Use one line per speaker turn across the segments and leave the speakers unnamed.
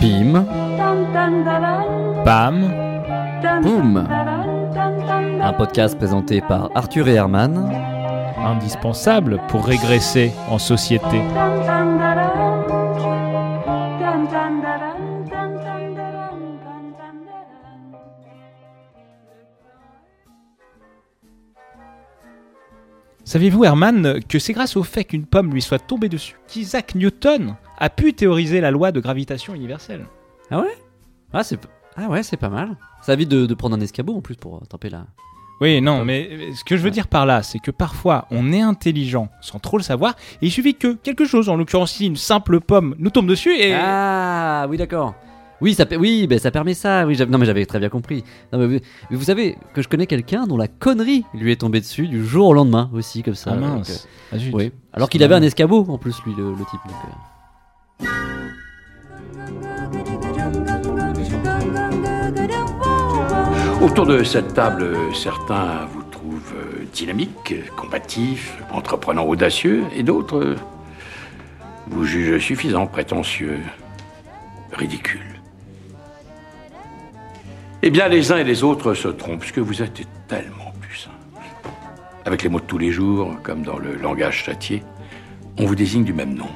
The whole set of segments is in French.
Pim, Pam,
Boum
Un podcast présenté par Arthur et Herman.
indispensable pour régresser en société. Saviez-vous, Herman, que c'est grâce au fait qu'une pomme lui soit tombée dessus qu'Isaac Newton a pu théoriser la loi de gravitation universelle
Ah, c'est... ah ouais, c'est pas mal. Ça évite de, de prendre un escabeau en plus pour euh, taper la...
Oui, non, mais euh, ce que je veux dire par là, c'est que parfois on est intelligent sans trop le savoir, et il suffit que quelque chose, en l'occurrence ici une simple pomme, nous tombe dessus et...
Ah oui, d'accord. Oui, ça, pe- oui ben, ça permet ça. Oui, j'avais- non, mais j'avais très bien compris. Non, mais vous, mais vous savez que je connais quelqu'un dont la connerie lui est tombée dessus du jour au lendemain aussi, comme ça.
Ah,
Donc,
mince. Ah,
euh,
zut.
oui. Alors qu'il avait un escabeau en plus, lui, le, le type. donc, euh.
Autour de cette table, euh, certains vous trouvent euh, dynamique, euh, combatif, entreprenant audacieux, et d'autres euh, vous jugent suffisant, prétentieux, ridicule. Eh bien, les uns et les autres se trompent, puisque vous êtes tellement plus simple. Avec les mots de tous les jours, comme dans le langage châtié, on vous désigne du même nom.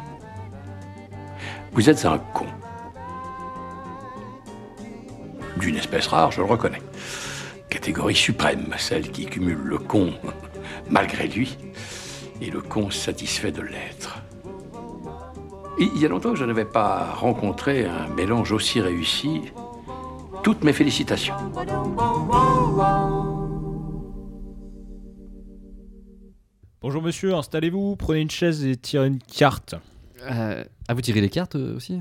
Vous êtes un con. D'une espèce rare, je le reconnais. Catégorie suprême, celle qui cumule le con malgré lui et le con satisfait de l'être. Il il y a longtemps que je n'avais pas rencontré un mélange aussi réussi. Toutes mes félicitations.
Bonjour monsieur, installez-vous, prenez une chaise et tirez une carte.
Euh, ah, vous tirez les cartes euh, aussi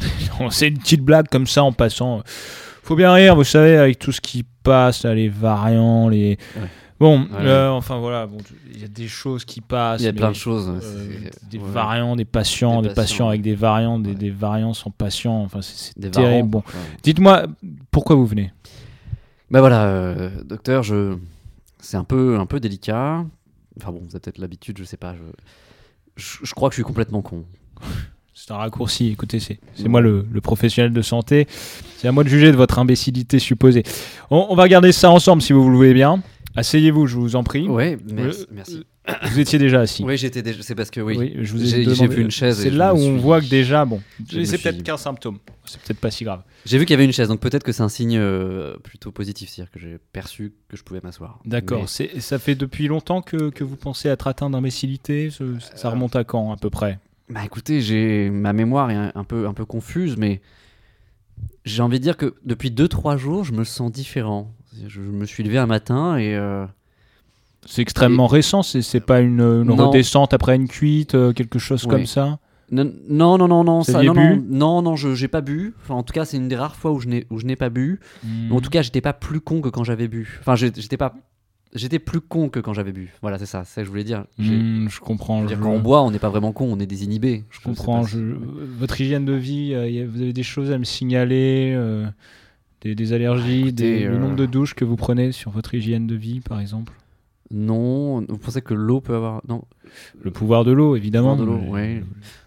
ah, Non, c'est une petite blague comme ça en passant. Faut bien rire, vous savez, avec tout ce qui passe, là, les variants, les...
Ouais.
Bon,
Ouais.
euh, enfin voilà, bon, il y a des choses qui passent.
Il y a
mais,
plein de choses.
euh,
c'est- c'est-
des
ouais.
variants, des patients,
Des
des,
patients.
patients avec des variants, des,
Ouais.
des variants sans patients, enfin c'est c'est
Des
terrible.
varans.
Bon.
Ouais.
Dites-moi, pourquoi vous venez
Bah voilà, euh, docteur, je... c'est un peu, un peu délicat. Enfin bon, vous avez peut-être l'habitude, je sais pas. Je... je- je crois que je suis complètement con.
C'est un raccourci, écoutez, c'est c'est moi le, le professionnel de santé. C'est à moi de juger de votre imbécilité supposée. On, on va regarder ça ensemble si vous le voulez bien. Asseyez-vous, je vous en prie.
Ouais, merci.
Euh,
merci.
Vous étiez déjà assis.
Oui, j'étais déjà. C'est parce que oui.
Oui, je vous ai
J'ai- j'ai
demandé-
vu une chaise et
C'est
je
là
me
où on
suis-
voit que déjà, bon,
Je me
c'est peut-être
suis-
qu'un symptôme. C'est peut-être pas si grave.
J'ai vu qu'il y avait une chaise, donc peut-être que c'est un signe euh, plutôt positif, c'est-à-dire que j'ai perçu que je pouvais m'asseoir.
D'accord. C'est- Ça fait depuis longtemps que, que vous pensez être atteint d'imbécilité. Ce- Ça
Euh,
remonte à quand à peu près
Mais- Bah écoutez, j'ai ma mémoire est un, un peu un peu confuse, mais j'ai envie de dire que depuis 2-3 jours, je me sens différent. Je, je me suis levé un matin et euh,
C'est extrêmement récent. C'est c'est pas une, une
Non.
redescente après une cuite, euh, quelque chose
Oui.
comme ça.
non non non non non
Vous
ça
aviez
non,
bu
non non non, je j'ai pas bu. Enfin en tout cas, c'est une des rares fois où je n'ai où je n'ai pas bu.
Hmm. Mhm.
Mais En tout cas, j'étais pas plus con que quand j'avais bu. Enfin, j'ai- j'étais pas j'étais plus con que quand j'avais bu. Voilà, c'est ça, c'est ça que je voulais dire. J'ai-
Hmm, je comprends.
Je veux dire,
je-
quand on boit, on n'est pas vraiment con, on est désinhibé.
Je comprends.
sais pas
je-
si-
Votre hygiène de vie, euh, y a- vous avez des choses à me signaler, euh, des, des allergies,
Ah, écoutez,
des, le
euh,
nombre de douches que vous prenez sur votre hygiène de vie, par exemple.
Non, vous pensez que l'eau peut avoir. Non,
Le pouvoir de l'eau, évidemment.
de l'eau,
Euh,
ouais.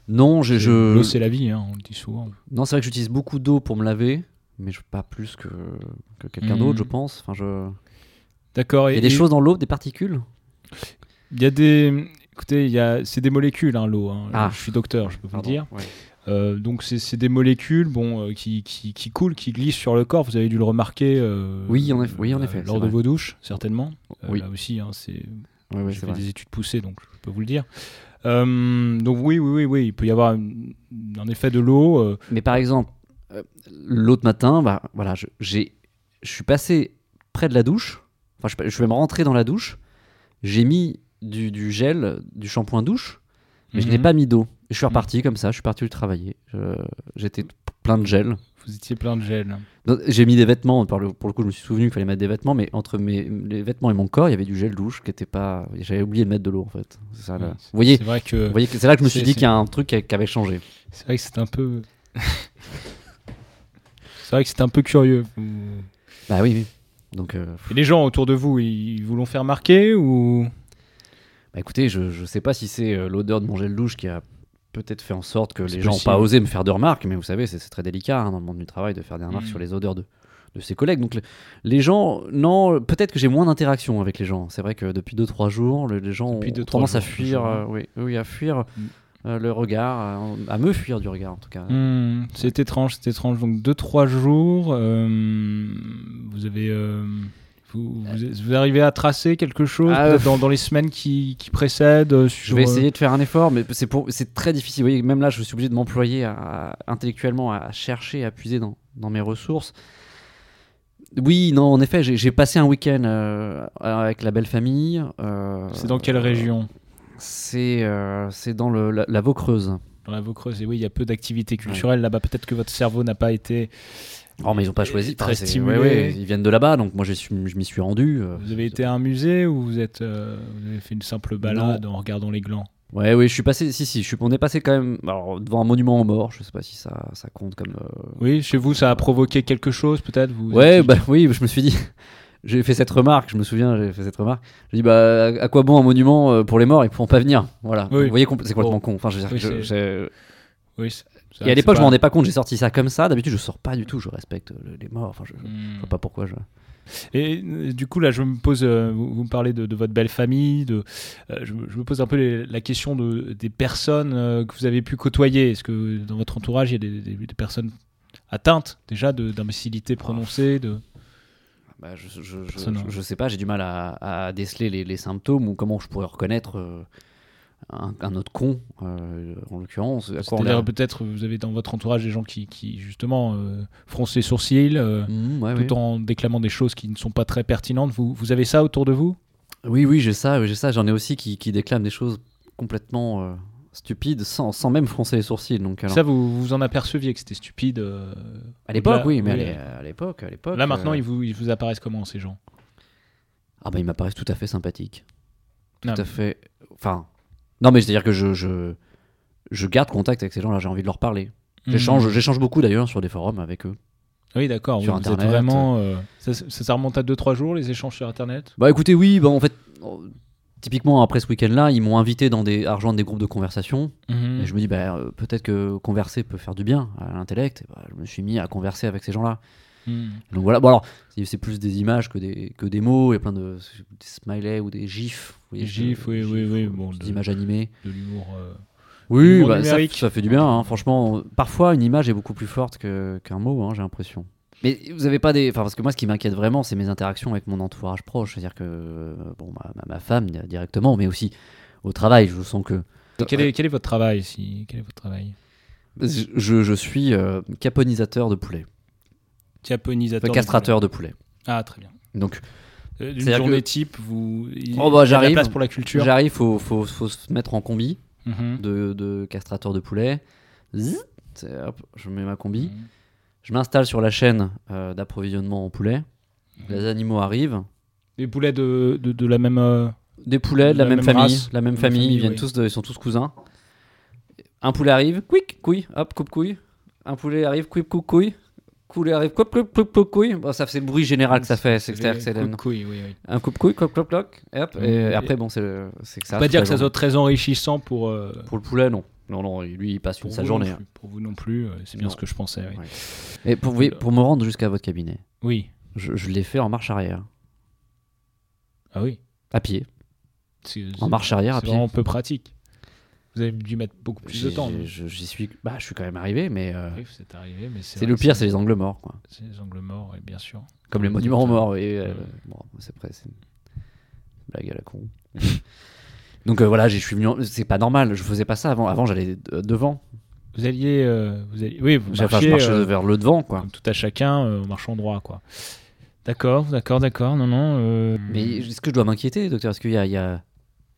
non, je.
c'est-
je-
L'eau, c'est la vie, hein, on le dit souvent.
Non, c'est vrai que j'utilise beaucoup d'eau pour me laver, mais je pas plus que, que quelqu'un
Mhm.
d'autre, je pense. Enfin, je...
D'accord.
Il y
et-
a des
et
choses dans l'eau, des particules
Il y a des. Écoutez, il y a... c'est des molécules, hein, l'eau. hein.
Ah.
Je suis docteur, je peux vous
Pardon,
dire.
ouais.
Euh, donc, c'est c'est des molécules bon, euh, qui, qui, qui coulent, qui glissent sur le corps. Vous avez dû le remarquer. euh,
Oui, en eff- oui, en effet, c'est
Lors de
vrai.
vos douches, certainement. Euh,
Oui.
Là aussi, hein, c'est
Ouais, ouais,
J'ai
c'est
fait
vrai.
des études poussées, donc je peux vous le dire. Euh, donc oui, oui, oui, oui, il peut y avoir une- un effet de l'eau. euh,
Mais par exemple, euh, l'autre matin, bah, voilà, je, j'ai, je suis passé près de la douche. Enfin, je, suis pas- je suis même rentré dans la douche. J'ai mis du, du gel, du shampoing douche, mais je n'ai
Mhm.
pas mis d'eau. Je suis reparti comme ça, je suis parti le travailler. Je- j'étais plein de gel.
vous étiez plein de gel.
Donc, J'ai mis des vêtements, par le- pour le coup, je me suis souvenu qu'il fallait mettre des vêtements, mais entre mes, les vêtements et mon corps, il y avait du gel douche qui était pas. J'avais oublié de mettre de l'eau en fait. C'est ça, là.
Oui,
Ah bah, Vous voyez,
C'est vrai
vous
que
voyez que c'est là que je me suis
c'est-
dit
c'est-
qu'il y a un truc qui a- qui avait changé.
c'est vrai que c'est un peu. c'est vrai que c'est un peu curieux.
Bah oui, oui. Donc. euh,
Et les gens autour de vous, ils vous l'ont fait remarquer ou
Bah écoutez, je, je sais pas si c'est euh, l'odeur de mon gel douche qui a peut-être fait en sorte que
C'est
les gens n'ont
possible.
pas osé me faire de remarques, mais vous savez, c'est c'est très délicat hein, dans le monde du travail de faire des remarques
Mhm.
sur les odeurs de, de ses collègues. Donc le- les gens, non, peut-être que j'ai moins d'interaction avec les gens. C'est vrai que depuis 2-3 jours, le- les gens
Depuis
ont
deux, trois
tendance à
jours,
fuir,
toujours,
euh,
hein.
oui, oui, à fuir
Mhm.
euh, le regard, euh, à me fuir du regard en tout cas.
Hmm, c'est étrange, c'est étrange. Donc 2-3 jours, euh, vous avez, euh, vous, vous- vous arrivez à tracer quelque chose
Ah,
peut-être
euh,
dans, dans les semaines qui, qui précèdent. euh,
Je
sur,
vais
euh,
essayer de faire un effort, mais c'est pour, c'est très difficile. Vous voyez, même là, je suis obligé de m'employer à- intellectuellement à chercher, à puiser dans, dans mes ressources. Oui, non, en effet, j'ai, j'ai passé un week-end euh, avec la belle famille. euh,
C'est dans quelle région
C'est, euh, c'est dans le, la, la Vaucreuse.
Dans la Vaucreuse. Et oui, il y a peu d'activités culturelles là-bas. Peut-être que votre cerveau n'a pas été.
Oh, mais ils n'ont pas
Et
choisi.
très
Enfin, c'est-
stimulé.
ils viennent de là-bas, donc moi, je, suis- je m'y suis rendu. euh,
Vous avez été à un musée ou vous êtes, euh, vous avez fait une simple balade en regardant les glands
Ouais, oui, je suis passé. Si, si, je suis, on est passé quand même alors, devant un monument aux morts. Je sais pas si ça, ça compte comme. euh,
Oui, chez vous, ça a provoqué quelque chose peut-être. Vous
Ouais,
étiez-
bah oui, je me suis dit. J'ai fait cette remarque, je me souviens, j'ai fait cette remarque. J'ai dit, bah, à quoi bon un monument euh, pour les morts Ils pourront pas venir. Voilà.
Oui.
Vous voyez, compl- c'est complètement
Bon.
con. Enfin, je veux dire
Oui,
que je- je-
Oui, c'est- ça,
Et à
c'est
l'époque, je
pas-
m'en rendais pas compte, j'ai sorti ça comme ça. D'habitude, je sors pas du tout, je respecte le- les morts. Enfin, je, je
Hmm.
vois pas pourquoi. Je...
Et euh, du coup, là, je me pose, euh, vous, vous me parlez de, de votre belle famille, de, euh, je, me- je me pose un peu les- la question de, des personnes euh, que vous avez pu côtoyer. Est-ce que dans votre entourage, il y a des, des- des personnes atteintes déjà de- d'imbécilité prononcée de...
Oh, Bah, je, je, je-
Personne,
je-
hein.
je sais pas, j'ai du mal à, à déceler les, les symptômes ou comment je pourrais reconnaître euh, un, un autre con, euh, en l'occurrence. à quoi on
C'est-à-dire
l'a-
peut-être vous avez dans votre entourage des gens qui, qui, justement euh, froncent les sourcils euh,
Hmm, ouais, oui.
tout en déclamant des choses qui ne sont pas très pertinentes. Vous, vous avez ça autour de vous
Oui, oui, j'ai ça, oui, j'ai ça. J'en ai aussi qui, qui déclament des choses complètement euh, stupides sans, sans même froncer les sourcils. Donc, alors-
Ça, vous vous en aperceviez que c'était stupide euh,
à l'époque,
au-delà-
oui, mais à
oui.
l'é- à l'époque, à l'époque.
Là maintenant,
euh,
ils, vous, ils vous apparaissent comment ces gens
ah bah ils m'apparaissent tout à fait sympathiques, tout
Non,
à fait. Enfin, non, mais c'est-à-dire que je, je je garde contact avec ces gens-là. J'ai envie de leur parler.
mais-
J'échange, j'échange beaucoup d'ailleurs sur des forums avec eux.
Mmh. Oui, d'accord.
Sur
vous êtes
Internet.
vraiment. euh, ça, ça- ça remonte à 2-3 jours, les échanges sur Internet
Bah écoutez, oui, bah en fait. euh, Typiquement, après ce week-end-là, ils m'ont invité dans des, à rejoindre des groupes de conversation.
Mhm.
Et je me dis, bah, euh, peut-être que converser peut faire du bien à l'intellect. Et bah, je me suis mis à converser avec ces gens-là.
Mhm.
Donc voilà, bon alors, c'est c'est plus des images que des, que des mots, et plein de des smileys ou des gifs. vous voyez,
Des gifs,
de-
oui,
des
oui, oui,
ou
bon,
des
de-
images animées.
De l'humour. euh,
Oui,
l'humour
bah, ça,
numérique.
ça fait du bien, hein, franchement. Parfois, une image est beaucoup plus forte que- qu'un mot, hein, j'ai l'impression. Mais vous avez pas des. Enfin, parce que moi, ce qui m'inquiète vraiment, c'est mes interactions avec mon entourage proche. C'est-à-dire que. euh, Bon, ma, ma- ma femme di- directement, mais aussi au travail, je sens que.
Quel, est, quel est votre travail si... Quel est votre travail
Je, je- je suis euh, caponisateur de poulet.
Caponisateur.
Enfin,
de
castrateur de poulet.
poulet. Ah, très bien.
Donc,
Euh, D'une
C'est-à-dire
journée
que-
type, vous. il-
Oh, bah,
il y a de la
j'arrive.
place pour la culture.
j'arrive, faut, faut, faut se mettre en combi.
Mhm.
de, de castrateur de poulet. Zzz, c'est- hop, je mets ma combi.
Mhm.
Je m'installe sur la chaîne euh, d'approvisionnement en poulet. Les animaux arrivent.
Des poulets de, de, de la même. euh,
Des poulets de la, même, famille.
race.
la même
Même
famille.
famille,
ils, viennent
oui.
tous de- ils sont tous cousins. Un poulet arrive. Quick, couille. Hop, coupe, couille. Un poulet arrive. Quick, coupe, couille. Poulet arrive. Coupe, coupe, coupe, coupe, couille. Bon, ça, c'est le bruit général que ça fait. C'est
des
c'est-à-dire que c'est
coups
le-
de couilles, oui, oui.
un coupe, couille, coupe, clop, cloc. Hop.
Mhm.
Et après, bon, c'est le- c'est que ça.
Faut pas
toute
dire
la
que ça
journée.
soit très enrichissant pour. euh,
Pour le poulet, non. Non, non, lui, il passe
pour
une sa
vous non
journée. hein.
plus. Pour vous non plus, euh, c'est bien
Non.
ce que je pensais. Oui.
Ouais. Et pour, vous voyez, pour me rendre jusqu'à votre cabinet,
Oui.
je, je l'ai fait en marche arrière.
Ah oui.
À pied.
C'est-
En marche arrière, à
C'est
pied.
vraiment peu pratique. Vous avez dû mettre beaucoup plus de
J'ai-
temps. Ah
j'ai- je- J'y suis. Bah, je suis quand même arrivé, mais. euh,
Oui, c'est arrivé, mais
c'est
vrai
le
que
pire, c'est les angles morts, quoi.
C'est les angles morts, et bien sûr.
Comme les monuments
Putain.
morts. Et, euh, bon, c'est prêt, c'est une blague à la con. Donc euh, voilà, j'y suis venu. en- C'est pas normal, je faisais pas ça avant. Avant, j'allais euh, devant.
Vous alliez, euh, vous alliez, oui, vous
Enfin,
marchiez,
je marchais
euh,
vers le devant, quoi.
comme tout à chacun euh, en marchant droit, quoi. D'accord, d'accord, d'accord. Non, non. euh,
Mais est-ce que je dois m'inquiéter, docteur Est-ce qu'il y a, il y a-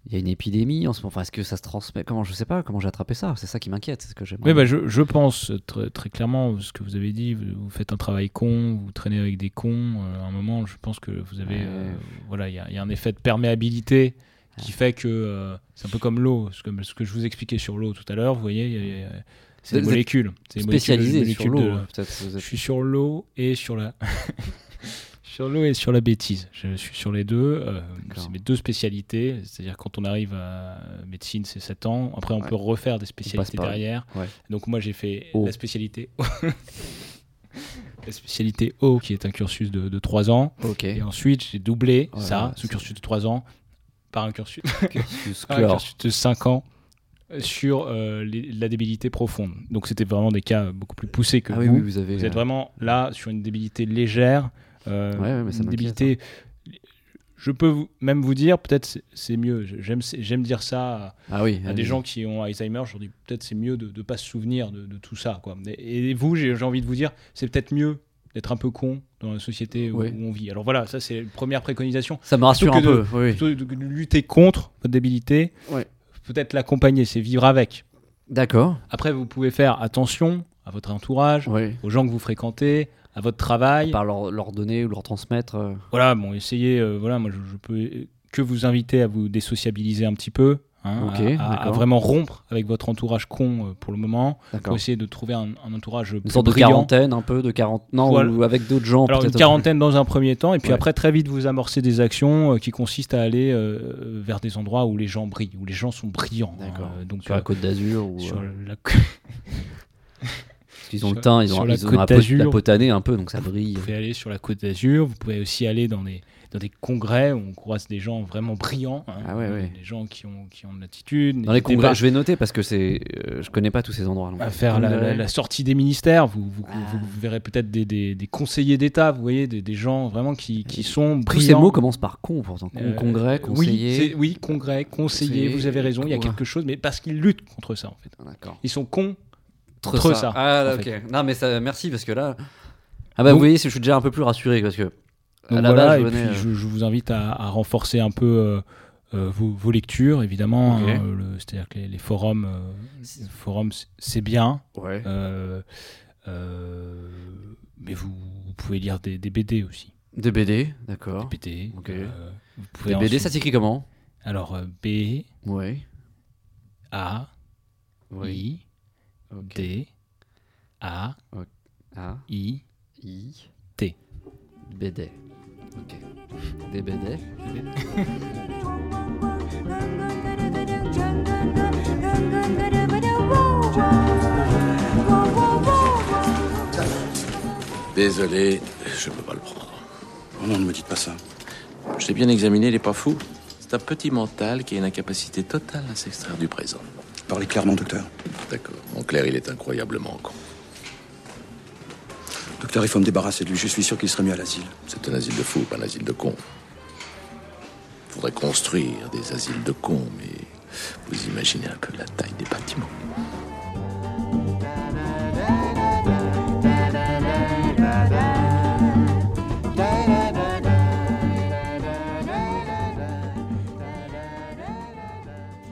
il y a une épidémie en ce moment Enfin, est-ce que ça se transmet Comment je sais pas comment j'ai attrapé ça C'est ça qui m'inquiète. C'est ce que j'aimerais.
Oui, bah, je, je pense euh, très, très clairement ce que vous avez dit. Vous, vous faites un travail con, vous traînez avec des cons. euh, à un moment, je pense que vous avez.
Ouais.
euh, voilà, il y, a- il y a un effet de perméabilité qui fait que euh, c'est un peu comme l'eau, c'est comme ce que je vous expliquais sur l'eau tout à l'heure. Vous voyez, il y a- il y a- c'est des
Vous êtes
molécules. C'est des molécules-
spécialisé sur hein,
molécules
l'eau.
de-
peut-être, vous êtes-
Je suis sur l'eau et sur la. je Sur l'eau et sur la bêtise. Je suis sur les deux. euh,
D'accord.
c'est mes deux spécialités. C'est-à-dire quand on arrive à médecine, c'est 7 ans. Après, on
Ouais.
peut refaire des spécialités
par-
derrière.
ouais.
Donc moi, j'ai fait
Oh.
la spécialité la spécialité O, qui est un cursus de, de 3 ans.
Ok.
Et ensuite, j'ai doublé
Ouais,
ça,
ouais, Oh
ce
c'est-
cursus de 3 ans, par un cursus,
Cursus
par un cursus de 5 ans euh, sur euh, les- la débilité profonde. Donc c'était vraiment des cas beaucoup plus poussés que
Ah
vous.
oui, oui, vous avez.
Vous êtes
euh,
vraiment là sur une débilité légère. euh,
Ouais, ouais, mais ça
une
m'inquiète, hein.
débilité. Je peux vous- même vous dire, peut-être c'est- c'est mieux. Je- J'aime j'aime dire ça
Ah oui.
à, à
allez.
des gens qui ont Alzheimer. Je leur dis peut-être c'est mieux de ne pas se souvenir de, de tout ça. Quoi. Et, et vous, j'ai j'ai envie de vous dire, c'est peut-être mieux d'être un peu con dans la société où,
Ouais.
où on vit. Alors voilà, ça c'est une première préconisation.
Ça me rassure un
Plutôt que
peu. Oui, oui.
Plutôt que de lutter contre votre débilité,
Ouais.
peut-être l'accompagner, c'est vivre avec.
D'accord.
Après, vous pouvez faire attention à votre entourage,
Oui.
aux gens que vous fréquentez, à votre travail.
Par leur, leur donner ou leur transmettre. euh,
voilà, bon, essayez, euh, voilà, moi je, je peux euh, que vous inviter à vous désociabiliser un petit peu, hein,
Ok,
à- à, à
d'accord.
vraiment rompre avec votre entourage con euh, pour le moment, pour
D'accord.
essayer de trouver un, un entourage
Une
plus
sorte de
brillant.
quarantaine, un peu de quarantaine. Non,
Voilà.
ou avec d'autres gens.
Alors une
peut-être.
quarantaine dans un premier temps, et puis
Ouais.
après très vite vous amorcez des actions euh, qui consistent à aller euh, vers des endroits où les gens brillent, où les gens sont brillants.
D'accord.
hein, donc
Sur la
euh,
Côte d'Azur. Ou,
sur
euh,
la-
parce qu'ils ont
sur-
le teint, ils ont,
sur la
ils ont
Côte
la, peau, la
d'Azur.
peau tannée un peu, donc ça
Vous
brille.
pouvez aller sur la Côte d'Azur, vous pouvez aussi aller dans des, dans des congrès où on croise des gens vraiment brillants, hein,
Ah ouais, ouais.
des gens qui ont, qui ont de l'attitude.
Dans les
n'hésitez
congrès,
pas-
je vais noter parce que c'est, euh, je connais pas tous ces endroits. donc.
à faire la, la- la sortie des ministères. Vous, vous,
Ah.
vous- vous verrez peut-être des, des- des conseillers d'État, vous voyez, des, des gens vraiment qui, qui sont
Tous ces
brillants.
mots commencent par con pourtant. Con-
Euh,
congrès,
Oui,
conseiller.
c'est- oui, congrès, conseiller,
Conseiller,
vous avez raison, il y a
congrès.
quelque chose, mais parce qu'ils luttent contre ça, en fait.
Ah, D'accord.
Ils sont cons.
Entre
Entre
ça.
ça,
Ah
en
ok.
fait.
Non mais ça, merci parce que là. Ah bah
Donc-
vous voyez, je suis déjà un peu plus rassuré parce que.
Donc
à la
voilà,
base, je
et
venais, euh.
puis je, je vous invite à, à renforcer un peu euh, euh, vos, vos lectures, évidemment.
Ok.
hein, le- C'est-à-dire que les, les forums, euh, les forums c'est- c'est bien.
euh, Ouais.
euh, euh, mais vous, vous pouvez lire des, des BD aussi.
Des BD, d'accord.
Des BD.
Ok.
euh, vous
Des
pouvez
BD,
ensuite-
ça s'écrit comment
Alors, euh, B,
Ouais.
A,
Oui.
I,
Ok.
D, A,
A
I.
I
T.
BD. Ok. Des BD.
Désolé, je peux pas le prendre.
Oh non, ne me dites pas ça.
Je l'ai bien examiné, il est pas fou. C'est un petit mental qui a une incapacité totale à s'extraire du présent.
Parlez clairement, docteur.
D'accord. En clair, il est incroyablement con.
Docteur, il faut me débarrasser de lui. Je suis sûr qu'il serait mieux à l'asile.
C'est un asile de fous, pas un asile de cons. Faudrait construire des asiles de cons, mais vous imaginez un peu la taille des bâtiments.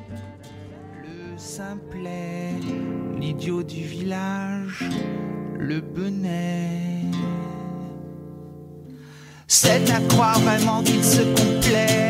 Le simplet, l'idiot du village, le benet. C'est à croire vraiment qu'il se complaît